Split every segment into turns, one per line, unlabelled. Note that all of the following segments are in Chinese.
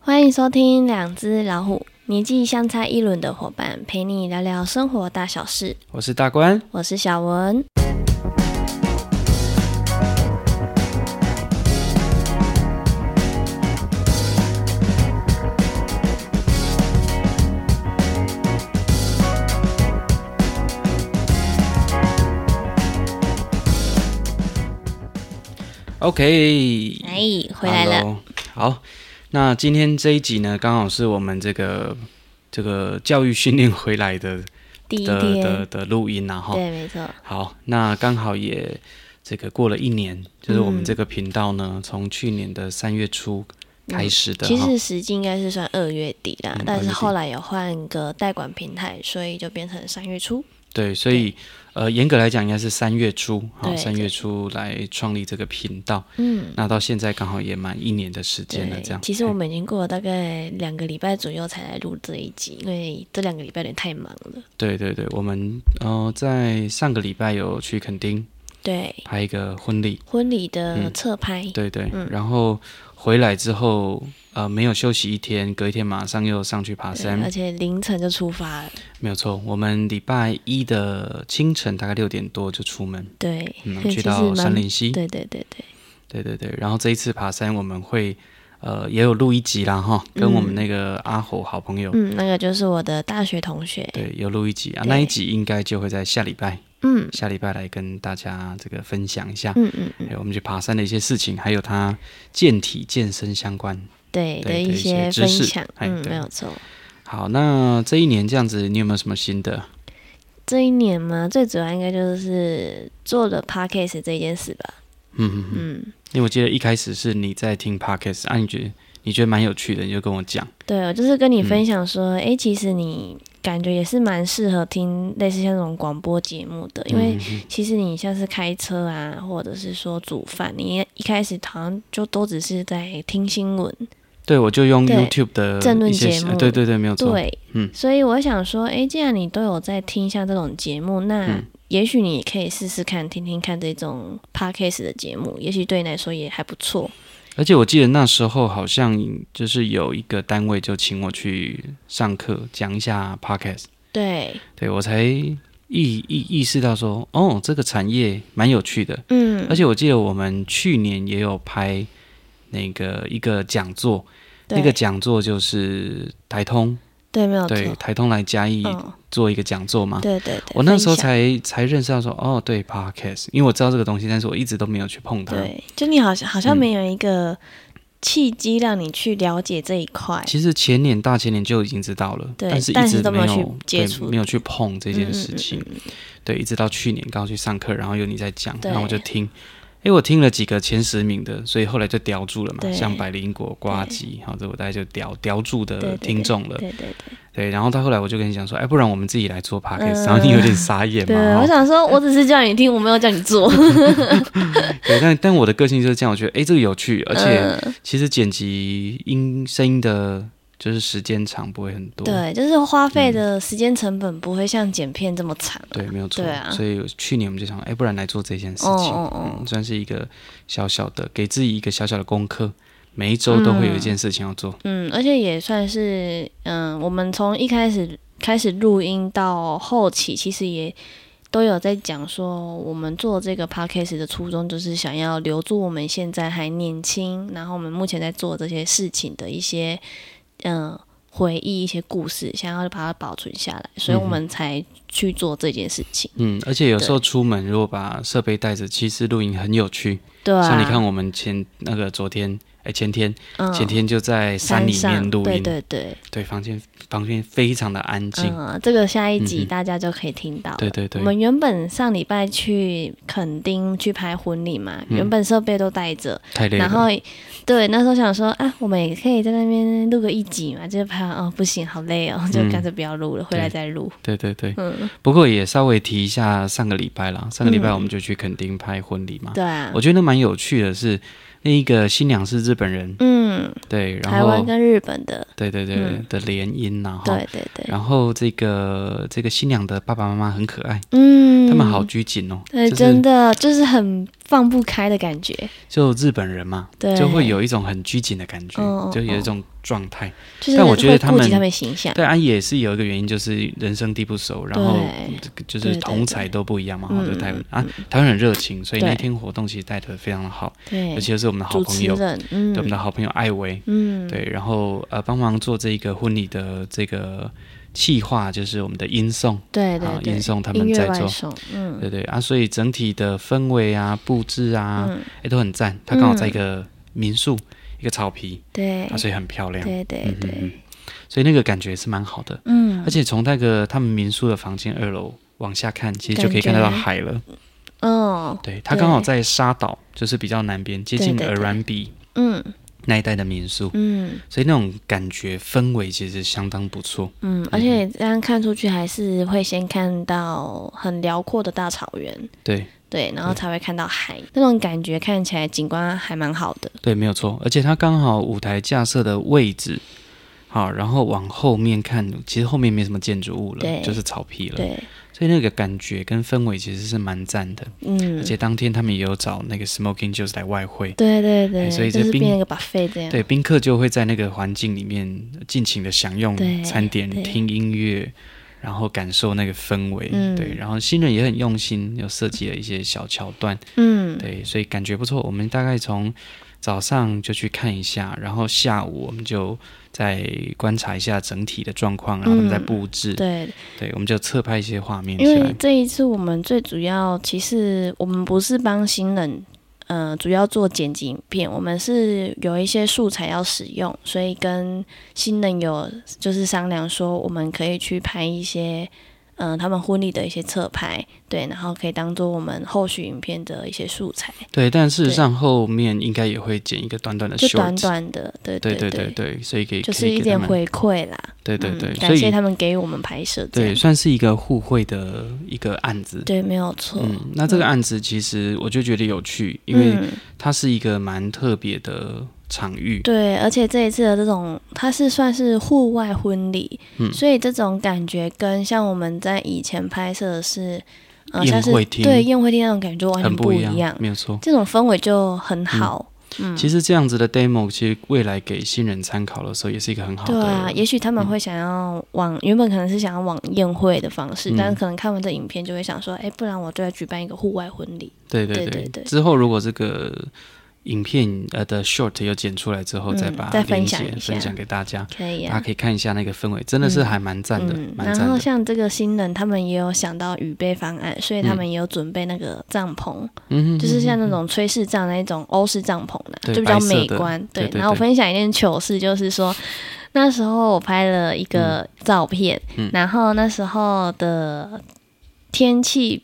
欢迎收听《两只老虎》，年纪相差一轮的伙伴陪你聊聊生活大小事。
我是大官，
我是小文。
OK，
哎，回来了。
Hello 好，那今天这一集呢，刚好是我们这个这个教育训练回来的
第一
的的
天，
的录音然后
对，没错，
好，那刚好也这个过了一年，就是我们
嗯
这个频道呢，从去年的三月初开始的
嗯其
哈。
实实际应该是算二月底啦，
嗯
但
二
是
月底
后来有换个代管平台，所以就变成三月初。
对，所以呃，严格来讲应该是三月初，好，
对
三
对
月初来创立这个频道，
嗯，
那到现在刚好也满一年的时间了，
对
这样。，
其实我们已经过了大概两个礼拜左右才来录这一集，因为这两个礼拜有点太忙了。
对对对，我们呃在上个礼拜有去垦丁
对，
拍一个婚礼，
婚礼的
嗯
侧拍，
对对，
嗯
然后回来之后呃没有休息一天，隔一天马上又上去爬
对呃
山
而，且凌晨就出发了。
没有错。我们礼拜一的清晨大概六点多就出门，
对，
嗯，
所以其
去
实
到
蛮
山林溪，
对对对对，
对对对，然后这一次爬山我们会。呃，也有录一集啦哈，跟我们那个阿猴好朋友，
嗯嗯，那个就是我的大学同学，
对，有录一集啊，
对
那一集应该就会在下礼拜，
嗯
下礼拜来跟大家这个分享一下。
嗯嗯嗯，
还啊有我们去爬山的一些事情，还有它健体健身相关。
对
对
的
的
一些
一些
分
知识
享，
哎
嗯，
对
没有错。
好，那这一年这样子，你有没有什么新的？
这一年嘛，最主要应该就是做了 podcast 这件事吧，
嗯嗯嗯，
嗯，
因为我记得一开始是你在听 podcast，啊，你觉得你觉得蛮有趣的，你就跟我讲。
对，我就是跟你
嗯
分享说，诶，其实你感觉也是蛮适合听类似像那种广播节目的，因为
嗯嗯
其实你像是开车啊，或者是说煮饭，你一开始好像就都只是在听新闻，
对，我就用
对
YouTube 的
政论
一些
节目
呃对对对，没有错。
对，
嗯
所以我想说，诶，既然你都有在听像这种节目，那
嗯
也许你也可以试试看，听听看这种 podcast 的节目，也许对你来说也还不错。
而且我记得那时候好像就是有一个单位就请我去上课讲一下 podcast，
对，
对我才意意意识到说，哦，这个产业蛮有趣的。
嗯，
而且我记得我们去年也有拍那个一个讲座，
对
那个讲座就是台通，
对没有错，
对，台通来嘉义
嗯，
做一个讲座嘛。
对对对，
我那时候
分享
才才认识到说，哦，对，podcast，因为我知道这个东西，但是我一直都没有去碰它。
对，就你好像好像
嗯
没有一个契机让你去了解这一块，
其实前年大前年就已经知道了，
对
但是
但
一
是
直
都没有
没
去
有
接
对
触
没有去碰这件
嗯
事
嗯嗯
情。对，一直到去年刚好去上课，然后有你在讲，
对
然后我就听。因为我听了几个前十名的，所以后来就叼住了嘛，
对
像百灵果、瓜吉，好，这我大概就叼叼住
对
的
对对
呃听众了。
对对对
对然后到后来我就跟你讲说，哎，不然我们自己来做 podcast，、
嗯
然后你有点傻眼
对，
嘛，哦
我
哈
想说，我只是叫你听，我没有叫你做，
对，但但我的个性就是这样，我觉得哎这个有趣，而且
嗯
其实剪辑音声音的，就是时间长不会很多，
对，就是花费
嗯
的时间成本不会像剪片这么长，
对，没有错。
对啊
所以去年我们就想，哎，不然来做这件事情，
哦哦哦
嗯，算是一个小小的，给自己一个小小的功课，每一周都会有一件事情要做。
嗯，而且也算是，嗯，我们从一开始开始录音到后期，其实也都有在讲说，我们做这个 podcast 的初衷就是想要留住我们现在还年轻，然后我们目前在做这些事情的一些，嗯，回忆、一些故事，想要把它保存下来，所以我们才去做这件事情。
嗯，而且有时候出门如果把设备带着，其实录影很有趣。
对啊，
像你看，我们前那个昨天，哎，前天、
嗯，
前天就在山里
上
面录音，
对对对，
对房间房间非常的安静。
嗯，这个下一集
嗯哼
大家就可以听到了。
对对对
我们原本上礼拜去垦丁去拍婚礼嘛，
嗯
原本设备都带着，
太累了。
然后对那时候想说啊，我们也可以在那边录个一集嘛，就是拍完哦不行，好累
嗯
哦，就干脆不要录了，回来再录。
对对对，
嗯，
不过也稍微提一下上个礼拜啦，上个礼拜
嗯
我们就去垦丁拍婚礼嘛。
对啊
我，觉得蛮有趣的是，那一个新娘是日本人，
嗯，
对，然
台
后
湾跟日本的，
对对对、
嗯
的联姻呐、哈，
对对对，
然后这个这个新娘的爸爸妈妈很可爱，
嗯，
他们好拘谨哦，
对，
就是
真的就是很放不开的感觉，
就日本人嘛，
对，
就会有一种很拘谨的感觉，
嗯嗯
就有一种状态。
就是
但我觉得
会
他
顾
们
及他们形象，
对啊，也是有一个原因，就是人生地不熟，然后
对
这个就
对
是
对
同才都不一样嘛，
嗯
对台湾
嗯
啊，台湾很热情，所以
对
那天活动其实带的非常的好，
对
尤，其是我们的好
主
朋
持
友，对
人，嗯，
我们的好朋友艾薇，
嗯，
对，然后呃帮忙做这个婚礼的这个企划，就是我们的音颂
对
啊
对，对
音颂他
音
们
乐
在
外
做。
送，嗯
对对啊，所以整体的氛围啊、布置啊，哎、
嗯，
都很赞。它刚好在
嗯
一个民宿、一个草皮，
对
啊，，所以很漂亮。
对对
嗯嗯
对，
嗯，所以那个感觉是蛮好的。
嗯
而，且从那个他们民宿的房间二楼往下看，其实就可以
感
看
觉
得到海了。
嗯
对，它刚好
对
在沙岛，就是比较南边，接
对
近
对
鹅
对
銮比
嗯
那一带的民宿，
嗯
所以那种感觉氛围其实相当不错。
嗯，而且这样看出去还是会先看到很辽阔的大草原，
对
对，然后才会看到海，那种感觉看起来景观还蛮好的，
对，没有错。而且它刚好舞台架设的位置。好，然后往后面看，其实后面没什么建筑物
对
了，就是草皮了，
对，
所以那个感觉跟氛围其实是蛮赞的。
嗯
而，且当天他们也有找那个 Smoking Juice 来外汇，
对对
哎
对，
所以
就
这
是
冰
变成一个 buffet 这样，
对，宾客就会在那个环境里面尽情的享用
对
餐点
对、
听音乐，然后感受那个氛围。
嗯
对，然后新人也很用心，有设计了一些小桥段，
嗯，
对，所以感觉不错。我们大概从早上就去看一下，然后下午我们就再观察一下整体的状况，然后他们再
嗯
布置。
对，
对，我们就侧拍一些画面
因
起
为
来。
这一次我们最主要，其实我们不是帮新人，呃，主要做剪辑影片，我们是有一些素材要使用，所以跟新人有就是商量说，我们可以去拍一些，嗯、他们婚礼的一些侧拍，对，然后可以当做我们后续影片的一些素材，
对，但事实
对
上后面应该也会剪一个短短的
就
short，
短短的，对
对
对
对对对，所以给
就
可
是
以
一
给
点
他们
回馈啦，
对对对，
嗯、
所
感谢
以
他们给我们拍摄，这
对
样
算是一个互惠的一个案子。
对，没有错，
嗯，那这个
嗯
案子其实我就觉得有趣，因为
嗯
它是一个蛮特别的场域。
对，而且这一次的这种，它是算是户外婚礼，
嗯
所以这种感觉跟像我们在以前拍摄的是，呃，
宴
像是
会厅
对宴会厅那种感觉就完全
很不
一
样，没有错。
这种氛围就很好。嗯，
其实这样子的 demo，其实未来给新人参考的时候，也是一个很好
对
的。
啊，也许他
嗯
们会想要往、原本可能是想要往宴会的方式，
嗯
但是可能看完这影片就会想说，哎，不然我就来举办一个户外婚礼。
对对
对
对
对对
之后如果这个影片呃的 short 有剪出来之后，
嗯
再把
再分
链
享
接
一下
分享给大家，
可以
大家
啊。
可以看一下那个氛围，真的是还蛮赞的
嗯，，
蛮
然
赞
后
的。
像这个新人，他们也有想到预备方案，所以他们也有准备那个帐篷。
嗯哼
就是
哼
像那
哼
种炊事帐那一种欧式帐篷啦，
对
就比较
白色
美
的
观。
对对
然后我
对
分享一件糗事，就是说那时候我拍了一个照片，
嗯
然后那时候的天气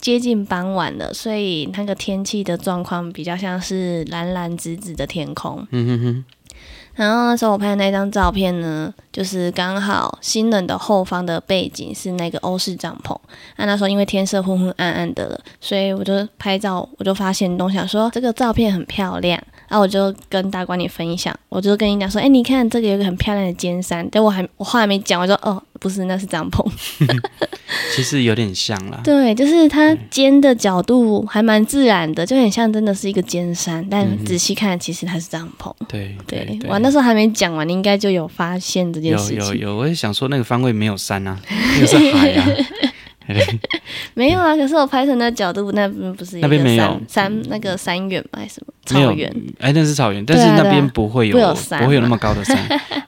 接近傍晚了，所以那个天气的状况比较像是蓝蓝紫紫的天空。
嗯哼哼，
然后那时候我拍的那张照片呢，就是刚好新人的后方的背景是那个欧式帐篷。啊那那时候因为天色昏昏暗暗的了，所以我就拍照，我就发现东想说这个照片很漂亮，然后我就跟大官你分享，我就跟你讲说，哎、你看这个有一个很漂亮的尖山，但我还我话还没讲，我就哦不是，那是帐篷。
其实有点像啦。
对，就是它尖的角度还蛮自然的，就很像真的是一个尖山，
嗯
但
哼
仔细看其实它是帐篷。
对
对，
对，
我那时候还没讲完，你应该就有发现这件
有
事情。
有有，我也想说那个方位没有山啊，那个是 海啊，对
没有啊，可是我拍成那角度，那边不是
那边
一个
没有嗯
山山那个山原吗？还是什么
没有
草原？
哎，那是草原，但
对啊
是那
对啊
边不会有
不会有山啊
不会有那
嘛
么高 的山，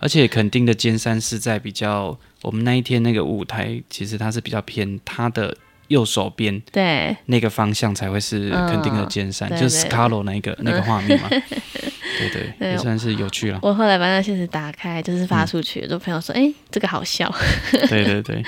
而且垦丁的尖山是在比较我们那一天那个舞台，其实它是比较偏它的右手边
对，
那个方向才会是
嗯
垦丁的尖山，
对
就
对
是
对
Scalo 那一个那个画 面嘛，对对，
对，
也算是有趣了
我后来把那现实打开，就是发出去，就朋友说，哎、这个好笑。
对对对，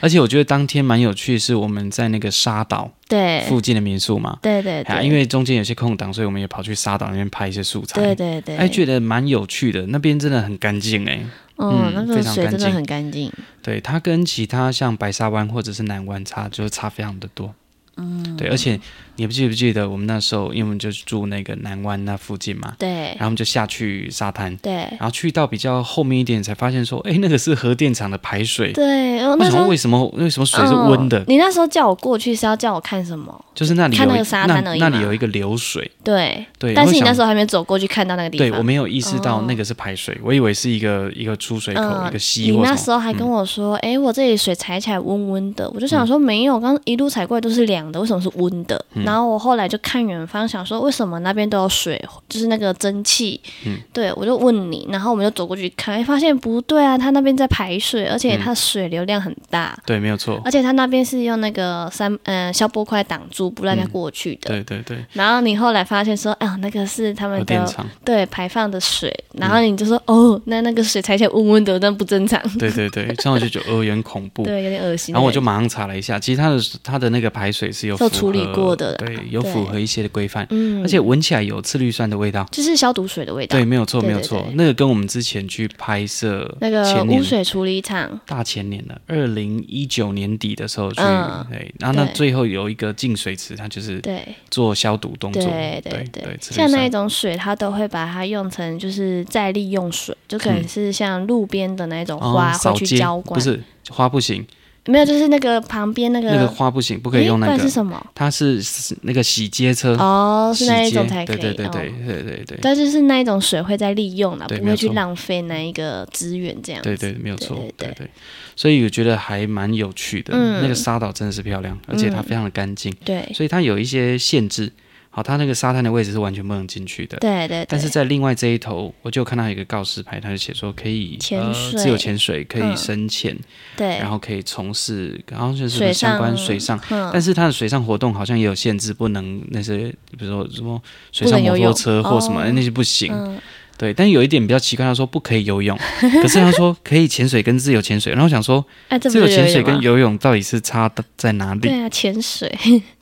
而且我觉得当天蛮有趣，是我们在那个沙岛
对，
附近的民宿嘛，
对对
啊，
对，
因为中间有些空档，所以我们也跑去沙岛那边拍一些素材。
对对对，
哎，觉得蛮有趣的，那边真的很干净哎。
嗯
嗯，
那个
非常
水真
干
的
净
很干净。
对，它跟其他像白沙湾或者是南湾差，就是差非常的多。嗯，对，而且你不记不记得我们那时候，因为我们就住那个南湾那附近嘛，
对
然后我们就下去沙滩，
对
然后去到比较后面一点才发现说，哎，那个是核电厂的排水，
对，然后
为
那
什
时
么
候
为什么为什么水是温的
嗯？你那时候叫我过去是要叫我看什么？
就是那里有
看那
一
个沙滩
那
而已
那
嘛
里有一个流水，
对，
对，
但是你
然
那
后想
时候还没走过去看到那个地方。
对我没有意识到
哦
那个是排水，我以为是一个一个出水口、
嗯
一个溪
你
或
那
什
时
么。嗯
候还跟我说，哎、我这里水踩起来温温的，我就想说没有，刚一路踩过来都是凉的，为什么是温的？
嗯
然后我后来就看远方，想说为什么那边都有水，就是那个蒸汽。
嗯
对，我就问你，然后我们就走过去看，哎发现不对啊，它那边在排水，而
嗯
且它水流量很大，
对，没有错。
而且它那边是用那个山嗯、呃、消波块挡住，不让它
嗯
过去的。
对对对，
然后你后来发现说，哎、呀，那个是他们
核
的
电厂，
对排放的水，
嗯
然后你就说、哦，那那个水踩起来温温的，但不正常，
对对对，这样我就觉得哦有点恐怖。
对，有点恶心的感觉。
然后我就马上查了一下，其实它的它的那个排水是有
是有
符
处理
合
过的啦
对，有
对
符合一些的规范，
嗯，
而且闻起来有次氯酸的味道。
就是消毒水的味道，
对，没有错，没有
对对
错
对，
那个跟我们之前去拍摄
那个
前
污
年
水处理厂，
大前年了，二零一九年底的时候去，
嗯
对，然后那
对
最后有一个净水池，它就是
对
做消毒动作，
对
对
对，
次氯
像那
酸
一种水，它都会把它用成就是再利用水，就可能
嗯
是像路边的那种
哦
花
扫
会去
街
浇灌
不，是花不行，
没有，就是那个旁边那
那个
个
花不行，不
不
可以用那
是
个，
什么？
它是是那个洗街车，
哦，是
呃洗
那一
街
种才可
对
以，
对对对
哦
对对对
但就是那一种水会再利用啦，
对
不
没有
会去
错
浪费那一个资源这样子。
对对，没有错
对，对
对对，所以我觉得还蛮有趣的，
嗯
那个沙岛真的是漂亮，而且它非常的干净，
对
所以它有一些限制，好，它那个沙滩的位置是完全不能进去的，
对对
但是
对
在另外这一头，我就看到一个告示牌，它就写说可以
潜水
呃、自由潜水，可以
嗯
深潜，
对，
然后可以从事，然后就是
水上
相关水上。
嗯
但是它的水上活动好像也有限制，不能那些，比如说什么水
不
上
能游
摩托
泳
车或什么、
哦
那些不行。
嗯
对，但有一点比较奇怪，他说不可以 游泳，可是他说可以潜水跟自由潜水。然后我想说，
哎， 这不
自由
是
潜
游
水
泳
跟
吗
游泳到底是差的在哪里？
对啊， 潜水。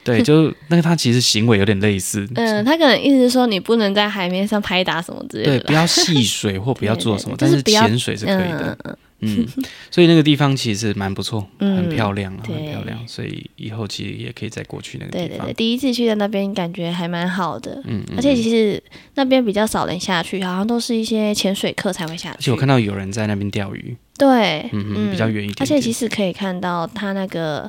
对，就那个它其实行为有点类 似，
嗯，他可能意思是说你不能在海面上拍打什么之类
对，
的
不
吧。
要戏水或不要做什么，
对对对就是不要
但是潜水是可以的
嗯。，嗯
嗯， 所以那个地方其实蛮不错，
嗯
很漂亮啊，
对
很漂亮。所以以后其实也可以再过去那个
对
地
对
方
对，。第一次去的那边感觉还蛮好的，
嗯，嗯
而且其实那边比较少人下去，好像都是一些潜水客才会下
而且我
去。
看到有人在那边钓鱼，
对，
嗯嗯，比较远一点点。
而且其实可以看到它那个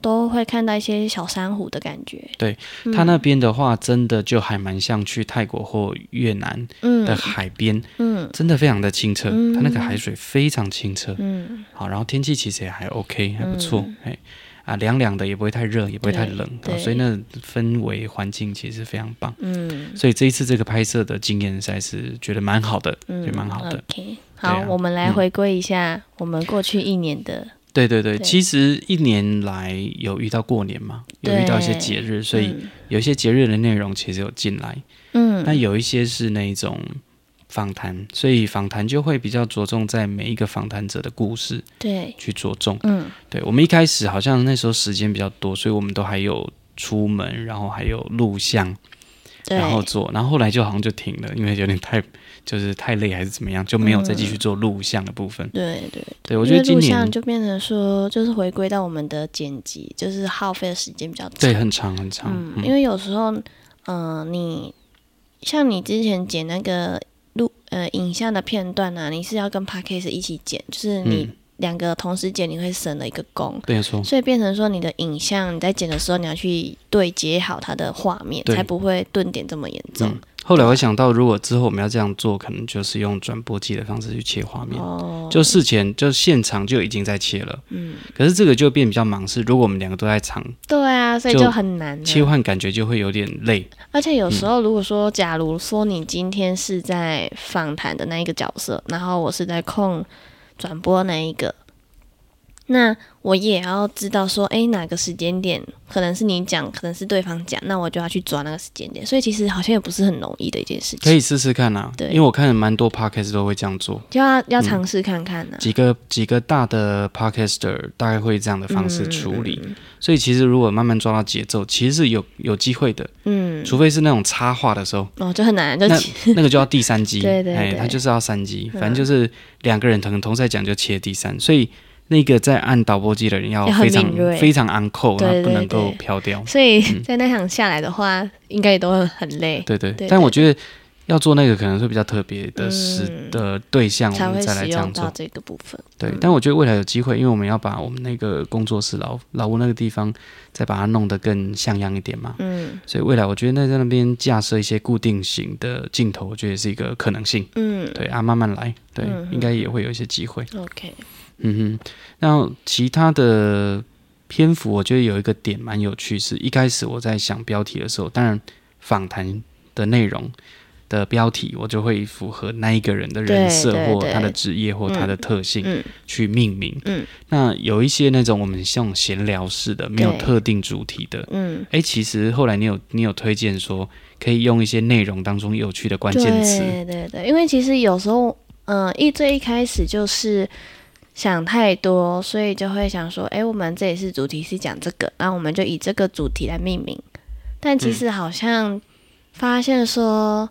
都会看到一些小珊瑚的感觉。
对
嗯，
它那边的话，真的就还蛮像去泰国或越南的
嗯
海边，
嗯
真的非常的清澈，
嗯
它那个海水非常清澈。
嗯，
好，然后天气其实也还 OK，还不错，哎。啊，凉凉的也不会太热，也不会太
对
冷，啊
对
所以那氛围环境其实非常棒。
嗯
所以这一次这个拍摄的经验实在是觉得蛮好的，
嗯，
也蛮好的。
OK，好，
对啊
我们来
嗯
回归一下我们过去一年的，
对对对，
对
其实一年来有遇到过年嘛，有遇到一些
对
节日，所以有一些节日的内容其实有进来，
嗯，
那
嗯
有一些是那一种。访谈，所以访谈就会比较着重在每一个访谈者的故事
对，
去着重。
嗯
对我们一开始好像那时候时间比较多，所以我们都还有出门，然后还有录像，
对，
然后做，然后后来就好像就停了，因为有点太就是太累还是怎么样，就没有再继续做录像的部分。
对对，
嗯对我觉得
因
今
为录像
年
就变成说，就是回归到我们的剪辑，就是耗费的时间比较长。
对很长很长，
嗯，因
嗯，
为有时候，呃，你像你之前剪那个录呃影像的片段啊，你是要跟 p a c k a g e 一起剪，就是你
嗯
两个同时剪，你会省了一个工。
没有错，
所以变成说，你的影像你在剪的时候，你要去对接好它的画面，
对
才不会顿点这么严重
嗯。。后来我想到，如果之后我们要这样做，可能就是用转播机的方式去切画面。
哦，
嗯就事前就现场就已经在切了，
嗯，
可是这个就变比较忙是，如果我们两个都在场，
对啊，所以
就
就很难、啊。
切换感觉就会有点累。
而且有
嗯
时候，如果说，假如说你今天是在访谈的那一个角色，然后我是在控转播那一个，那我也要知道说，诶，哪个时间点可能是你讲，可能是对方讲，那我就要去抓那个时间点。所以其实好像也不是很容易的一件事
可
情，
以试试看啊，
对
因为我看蛮多 podcast 都会这样做，
就要要尝试看看啊呢、
几个几个大的 podcaster 大概会这样的方式处
嗯
理，所以其实如果慢慢抓到节奏，其实是有有机会的，
嗯，
除非是那种插话的时 候，
哦，就很难，就
那那个就要第三机，
对对嗯
哎，
对
他就是要三机，反正就是两个人可能同时在讲就切第三，所以那个在按导播机的人要
要很
非常
敏锐
非常 on call，
对
他不
对
能够
对
飘掉。
所以在那场下来的话，应该也都会很累。
对对
对，对
但我觉得要做那个可能是比较特别的时
嗯
的对象，
才
我
会
们再来
使
这样
用
做
到。嗯这个部分。
对，但我觉得未来有机会，因为我们要把我们那个工作室老老屋那个地方，再把它弄得更像样一点嘛。
嗯
所以未来我觉得那在那边架设一些固定型的镜头，我觉得也是一个可能性。
嗯
对啊，慢慢来，对，
嗯哼
应该也会有一些机会。
，OK，
嗯哼，那其他的篇幅，我觉得有一个点蛮有趣，是一开始我在想标题的时候，当然访谈的内容的标题，我就会符合那一个人的人
对
设
对
或
对
他的职业或他的特性
嗯
去命名。
嗯
那有一些那种我们像闲聊式的，没有
对
特定主题的。
嗯，
诶，其实后来你有你有推荐说，可以用一些内容当中有趣的关键词，
对对对，因为其实有时候，嗯、一最一开始就是想太多，所以就会想说，哎，我们这里是主题是讲这个，然后我们就以这个主题来命名。但
嗯
其实好像发现说，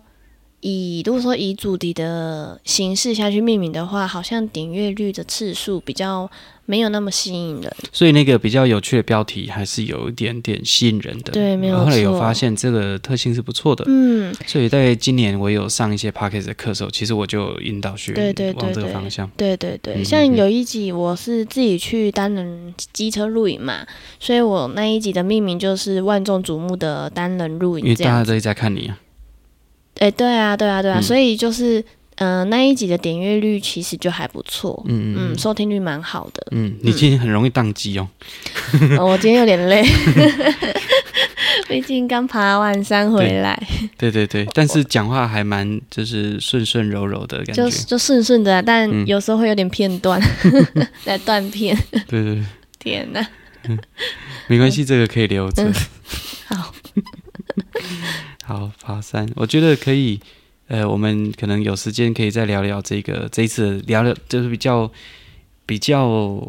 以如果说以主题的形式下去命名的话，好像点阅率的次数比较没有那么吸引人。
所以那个比较有趣的标题还是有一点点吸引人的。
对没有
后来有
错
发现这个特性是不错的，
嗯，
所以在今年我有上一些 p a c k a g e 的课的时候，其实我就有引导学员
对对对
往这个
对
方向。
对对
嗯
对，
嗯
像
嗯
有一集我是自己去单人机车露营嘛，所以我那一集的命名就是万众瞩目的单人露
因为
营这
大家
样子。
都在看你啊，
哎，对啊，对啊，对啊，
嗯
所以就是呃那一集的点阅率其实就还不错，
嗯嗯
嗯，
嗯。
收听率蛮好的
嗯，你今天很容易宕机哦。
呃我今天有点累， 毕竟刚爬完山回来，
对对对，但是讲话还蛮就是顺顺柔柔的感觉
就。就顺顺的啊，
嗯
但有时候会有点片段， 来断片，
对对对，
天哪！
没关系，这个可以留 着。
嗯好，
好，爬山，我觉得可以。呃，我们可能有时间可以再聊聊这个这一次聊聊，就是比较比较，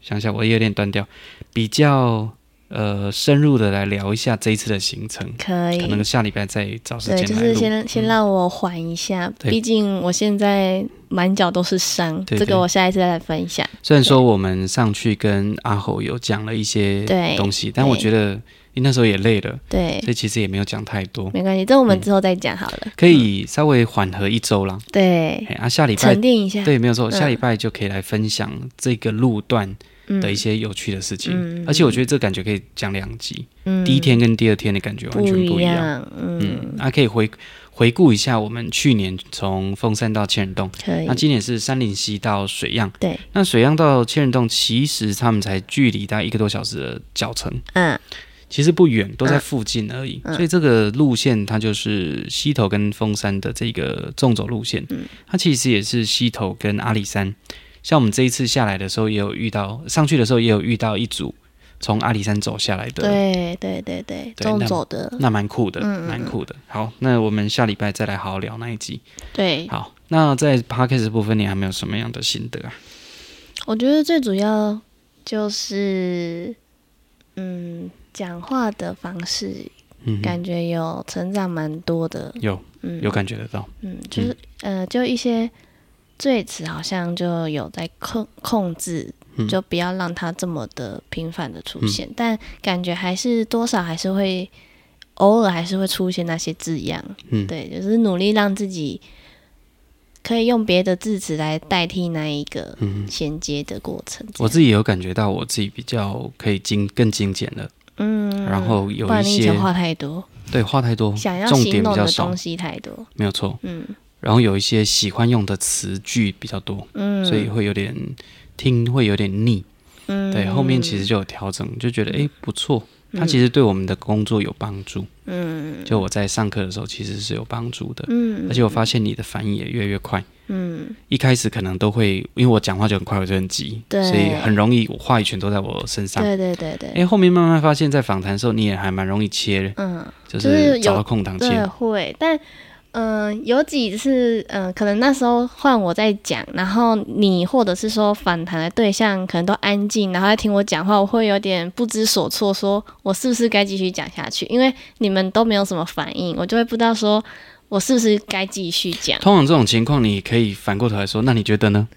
想想我也有点断掉，比较呃深入的来聊一下这一次的行程，
可以。
可能下礼拜再找时
对，
间
就
来
是
录。
先先让我缓一下，
嗯对
毕竟我现在满脚都是伤，
对
这
对
个我下一次再来分享。
虽然说我们上去跟阿侯有讲了一些
对
东西，但我
对
觉得因为那时候也累了，
对
所，以其实也没有讲太多，
没关系，这我们
嗯
之后再讲好了。
可以稍微缓和一周啦。
对，
嘿啊，下礼
嗯
拜
沉淀一下。
对，没有错，下
嗯
礼拜就可以来分享这个路段
嗯，
的一些有趣的事情，
嗯
而且我觉得这感觉可以讲两集，
嗯
第一天跟第二天的感觉完全不
一
一样。
样，
嗯
嗯，，
啊，可以回回顾一下我们去年从凤山到千人洞，
可以
那，今年是三林溪到水漾，
对，
那水漾到千人洞其实他们才距离大概一个多小时的脚程，
嗯，
其实不远，都在附近而已。所以这个路线它就是溪头跟峰山的这个纵走路线，
嗯
它其实也是溪头跟阿里山。像我们这一次下来的时候，也有遇到上去的时候也有遇到一组从阿里山走下来的，
对对对对，
对
纵
那
走的，
那蛮酷的，
嗯嗯嗯
蛮酷的。好，那我们下礼拜再来好好聊那一集。
对，
好，那在 podcast 部分，你还没有什么样的心得啊？
我觉得最主要就是，嗯，讲话的方式
嗯哼，
感觉有成长蛮多的，
有
嗯，
有感觉得到，
嗯，就是、呃，就一些最词好像就有在控控制，
嗯
就不要让它这么的频繁的出现，但感觉还是多少还是会偶尔还是会出现那些字样，
嗯
对，就是努力让自己可以用别的字词来代替那一个
嗯哼。
衔接的过程。
我
己
自己有感觉到，我自己比较可以精更精简了，
嗯，
然后有
不然
一
你以
些
前话太多，
对话太多，
想要
重
形
点比
容
较
的
少
东，西太多，
没有错。
嗯
然后有一些喜欢用的词句比较多，
嗯，
所以会有点听会有点腻。
嗯
对，后面其实就有调整，就觉得诶不错，它其实对我们的工作有帮助。
嗯
就我在上课的时候其实是有帮助的，
嗯，
而且我发现你的反应也越来越快。
嗯
一开始可能都会，因为我讲话就很快，我就很急，
对
所以很容易我话语权都在我身上。
对对对对，
诶，后面慢慢发现，在访谈的时候你也还蛮容易切，
嗯，
就
就是
是
有
找到空档
对，
切。
会，但嗯、呃有几次，嗯、可能那时候换我在讲，然后你或者是说反弹的对象可能都安静，然后在听我讲话，我会有点不知所措，说我是不是该继续讲下去？因为你们都没有什么反应，我就会不知道说我是不是该继续讲。
通常这种情况，你可以反过头来说，那你觉得呢？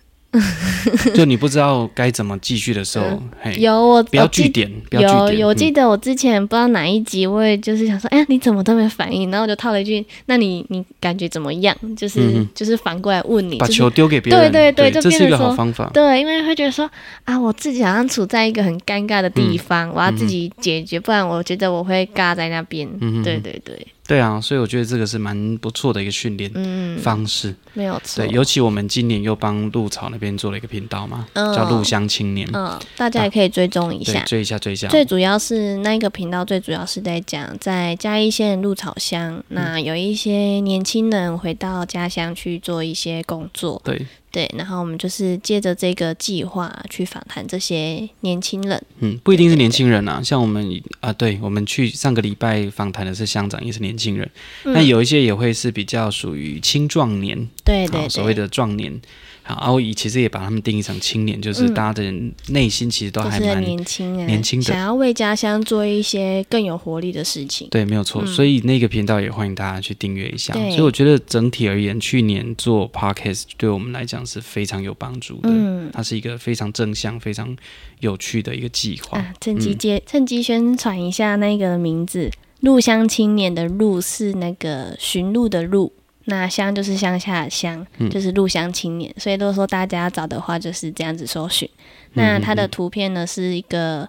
就你不知道该怎么继续的时候，嘿，
嗯有我
不要
我记
据点，不要据
有
点。
有，我记
嗯
得我之前不知道哪一集，我也就是想说，哎、呀，你怎么都没反应？然后我就套了一句：“那你你感觉怎么样？”就是、
嗯哼
就是反过来问你，
把
就是
球丢给别人，
对对对就
这是
变
一
得
个好
说
方法。
对，因为会觉得说啊，我自己好像处在一个很尴尬的
嗯
地方，我要自己解决，不然我觉得我会尬在那边。
嗯哼
对对对，
对啊，所以我觉得这个是蛮不错的一个训练
嗯，
方式。
没有错
对，。尤其我们今年又帮鹿草那边做了一个频道嘛，
嗯
叫鹿乡青年。
嗯，大家也可以追踪一
对
下，。
追一下，追一下。
最主要是那一个频道，最主要是在讲在嘉义县鹿草乡，那有一些年轻人回到家乡去做一些工作，
对，
对，然后我们就是借着这个计划去访谈这些年轻人，
嗯，不一定是年轻人啊，像我们啊，对我们去上个礼拜访谈的是乡长，也是年轻人，
嗯
那、有一些也会是比较属于青壮年，
对
啊
对
所谓
对，
的壮年。好，啊，我以其实也把他们定义成青年，就是
嗯
大家的内心其实都
就
还
是
蛮、
年轻啊，
年轻的
想要为家乡做一些更有活力的事情，
对，没有错。
嗯
所以那个频道也欢迎大家去订阅一下。
对
所以我觉得整体而言，去年做 podcast 对我们来讲是非常有帮助的。
嗯。
它是一个非常正向、非常有趣的一个计划。
啊，趁
嗯
机接、趁机宣传一下那个名字，入乡青年的入是那个寻路的路，那乡就是乡下的乡，
嗯
就是入乡青年。所以如果说大家找的话，就是这样子搜寻。
嗯
那它的图片呢是一个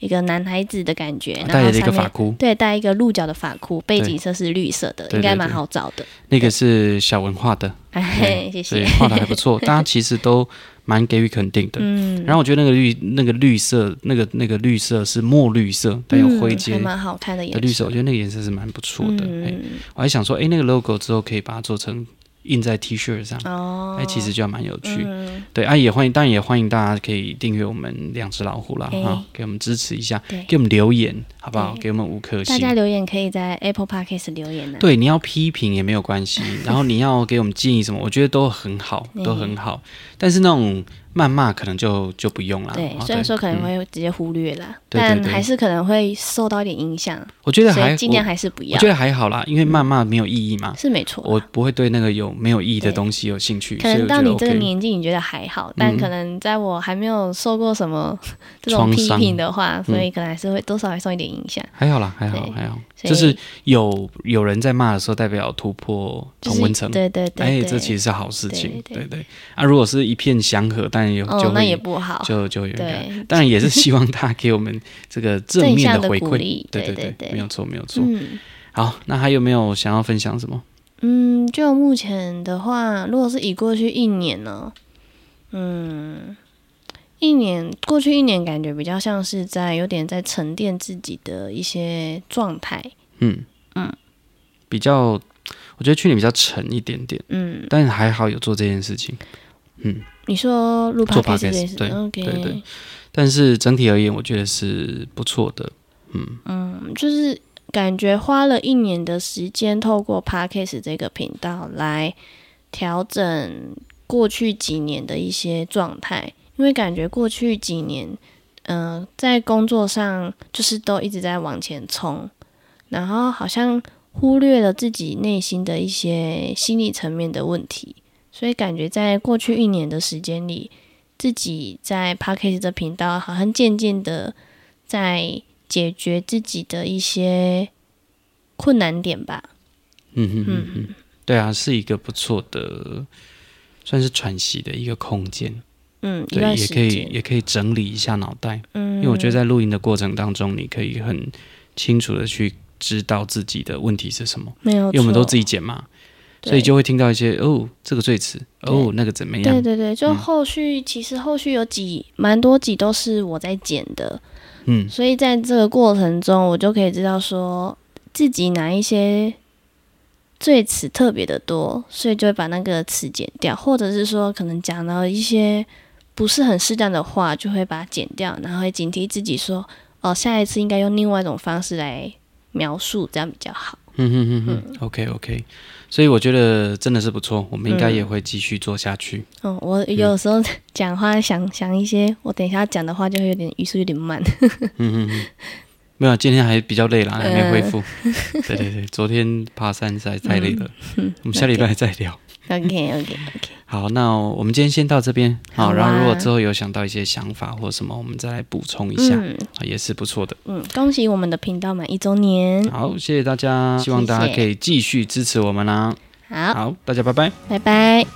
一个男孩子的感觉，
啊带
然后
了一个
上
法
面。
箍，
对，戴一个鹿角的发箍，背
对
景色是绿色的，
对
应该
对
蛮
对
好找 的。
那个是小文画的，
哎，谢
所以
谢。
画的还不错，大家其实都蛮给予肯定的。
嗯，
然后我觉得那个绿、那个绿色、那个那个绿色是墨绿色，带有
嗯、
灰
还
阶
蛮好看的颜
的
色。
绿色，我觉得那个颜色是蛮不错的。哎，
嗯，
我还想说，哎，那个 logo 之后可以把它做成印在 T 恤上，
哦，
哎，其实就还蛮有趣。
嗯
对啊，也欢迎，当然也欢迎大家可以订阅我们两只老虎啦，
哎
哈，给我们支持一下
对，
给我们留言好不好？
对
给我们五颗
大家
星。
留言可以在 Apple Podcast 留言呢、啊。
对，你要批评也没有关 系，然后你要给我们建议什么，我觉得都很好，都很好。但是那种谩骂可能就就不用啦。
对，
啊
虽然说可能，
嗯
会直接忽略啦，
对对
但
对
还是可能会受到一点影响，
我觉得
所
还
以尽量
我
还是不
我
要
觉，得还好啦，因为谩骂没有意义嘛，
是没错啊。
我不会对那个有没有意义的
对
东西有兴趣，
可
所以
能到
我觉得
你这个
OK。
年纪，你觉得还好，但
嗯
可能在我还没有受过什么这种
创
批
伤嗯
评的话，所以可能还是会多少会受一点影响。
还好啦，还好
对
还好，
所以
就是有有人在骂的时候，代表突破
就
同
是
温层，
对对对
哎，
对，
这其实是好事情，
对
对
对
对啊，如果是一片祥和，但有就
哦，那
会
也不好，
就就有一个，
对，
当然也是希望他给我们这个正
正
面
向
的
的
回
鼓
馈，
励，
对
对
对
对，
没有错没有错。
嗯。
好，那还有没有想要分享什么？
嗯，就目前的话，如果是以过去一年呢，嗯，一年过去一年感觉比较像是在有点在沉淀自己的一些状态，
嗯
嗯，
比较，我觉得去年比较沉一点点，
嗯，
但还好有做这件事情。
你说录 p
做
o d 这
podcast，
件事
对
，OK，
对对但是整体而言，我觉得是不错的。嗯，
嗯，就是感觉花了一年的时间，透过 Podcast 这个频道来调整过去几年的一些状态，因为感觉过去几年，嗯、在工作上就是都一直在往前冲，然后好像忽略了自己内心的一些心理层面的问题，所以感觉在过去一年的时间里，自己在 Podcast 这频道好像渐渐的在解决自己的一些困难点吧。
嗯哼嗯嗯，对啊，是一个不错的，算是喘息的一个空间。
嗯，一
对，
段
也
时
可以
间，
也可以整理一下脑袋，
嗯，
因为我觉得在录音的过程当中，你可以很清楚的去知道自己的问题是什么，
没有错，
因为我们都自己剪嘛，
对，
所以就会听到一些哦这个最迟，哦
对
那个怎么
对
样，
对对，就后续、其实后续有几蛮多集都是我在剪的，
嗯
所以在这个过程中，我就可以知道说自己哪一些最词特别的多，所以就会把那个词剪掉，或者是说可能讲到一些不是很适当的话，就会把它剪掉，然后会警惕自己说，哦，下一次应该用另外一种方式来描述，这样比较好。
嗯嗯嗯嗯，OK OK，所以我觉得真的是不错，我们应该也会继续做下去。
嗯，我有时候讲话想想一些，我等一下讲的话就会有点语速有点 慢。
嗯嗯嗯，没有，今天还比较累啦，还没
嗯 嗯
恢复。对对对，昨天爬山实在太累了，我们下礼拜再聊。
OK OK OK，
好，那我们今天先到这边。
好啊
然后如果之后有想到一些想法或什么，我们再来补充一下，
嗯
啊也是不错的。
嗯，恭喜我们的频道满一周年，
好，谢谢大家，希望大
嗯谢
家
谢
可以继续支持我们啦。啊
好，
好，大家拜拜。
拜拜。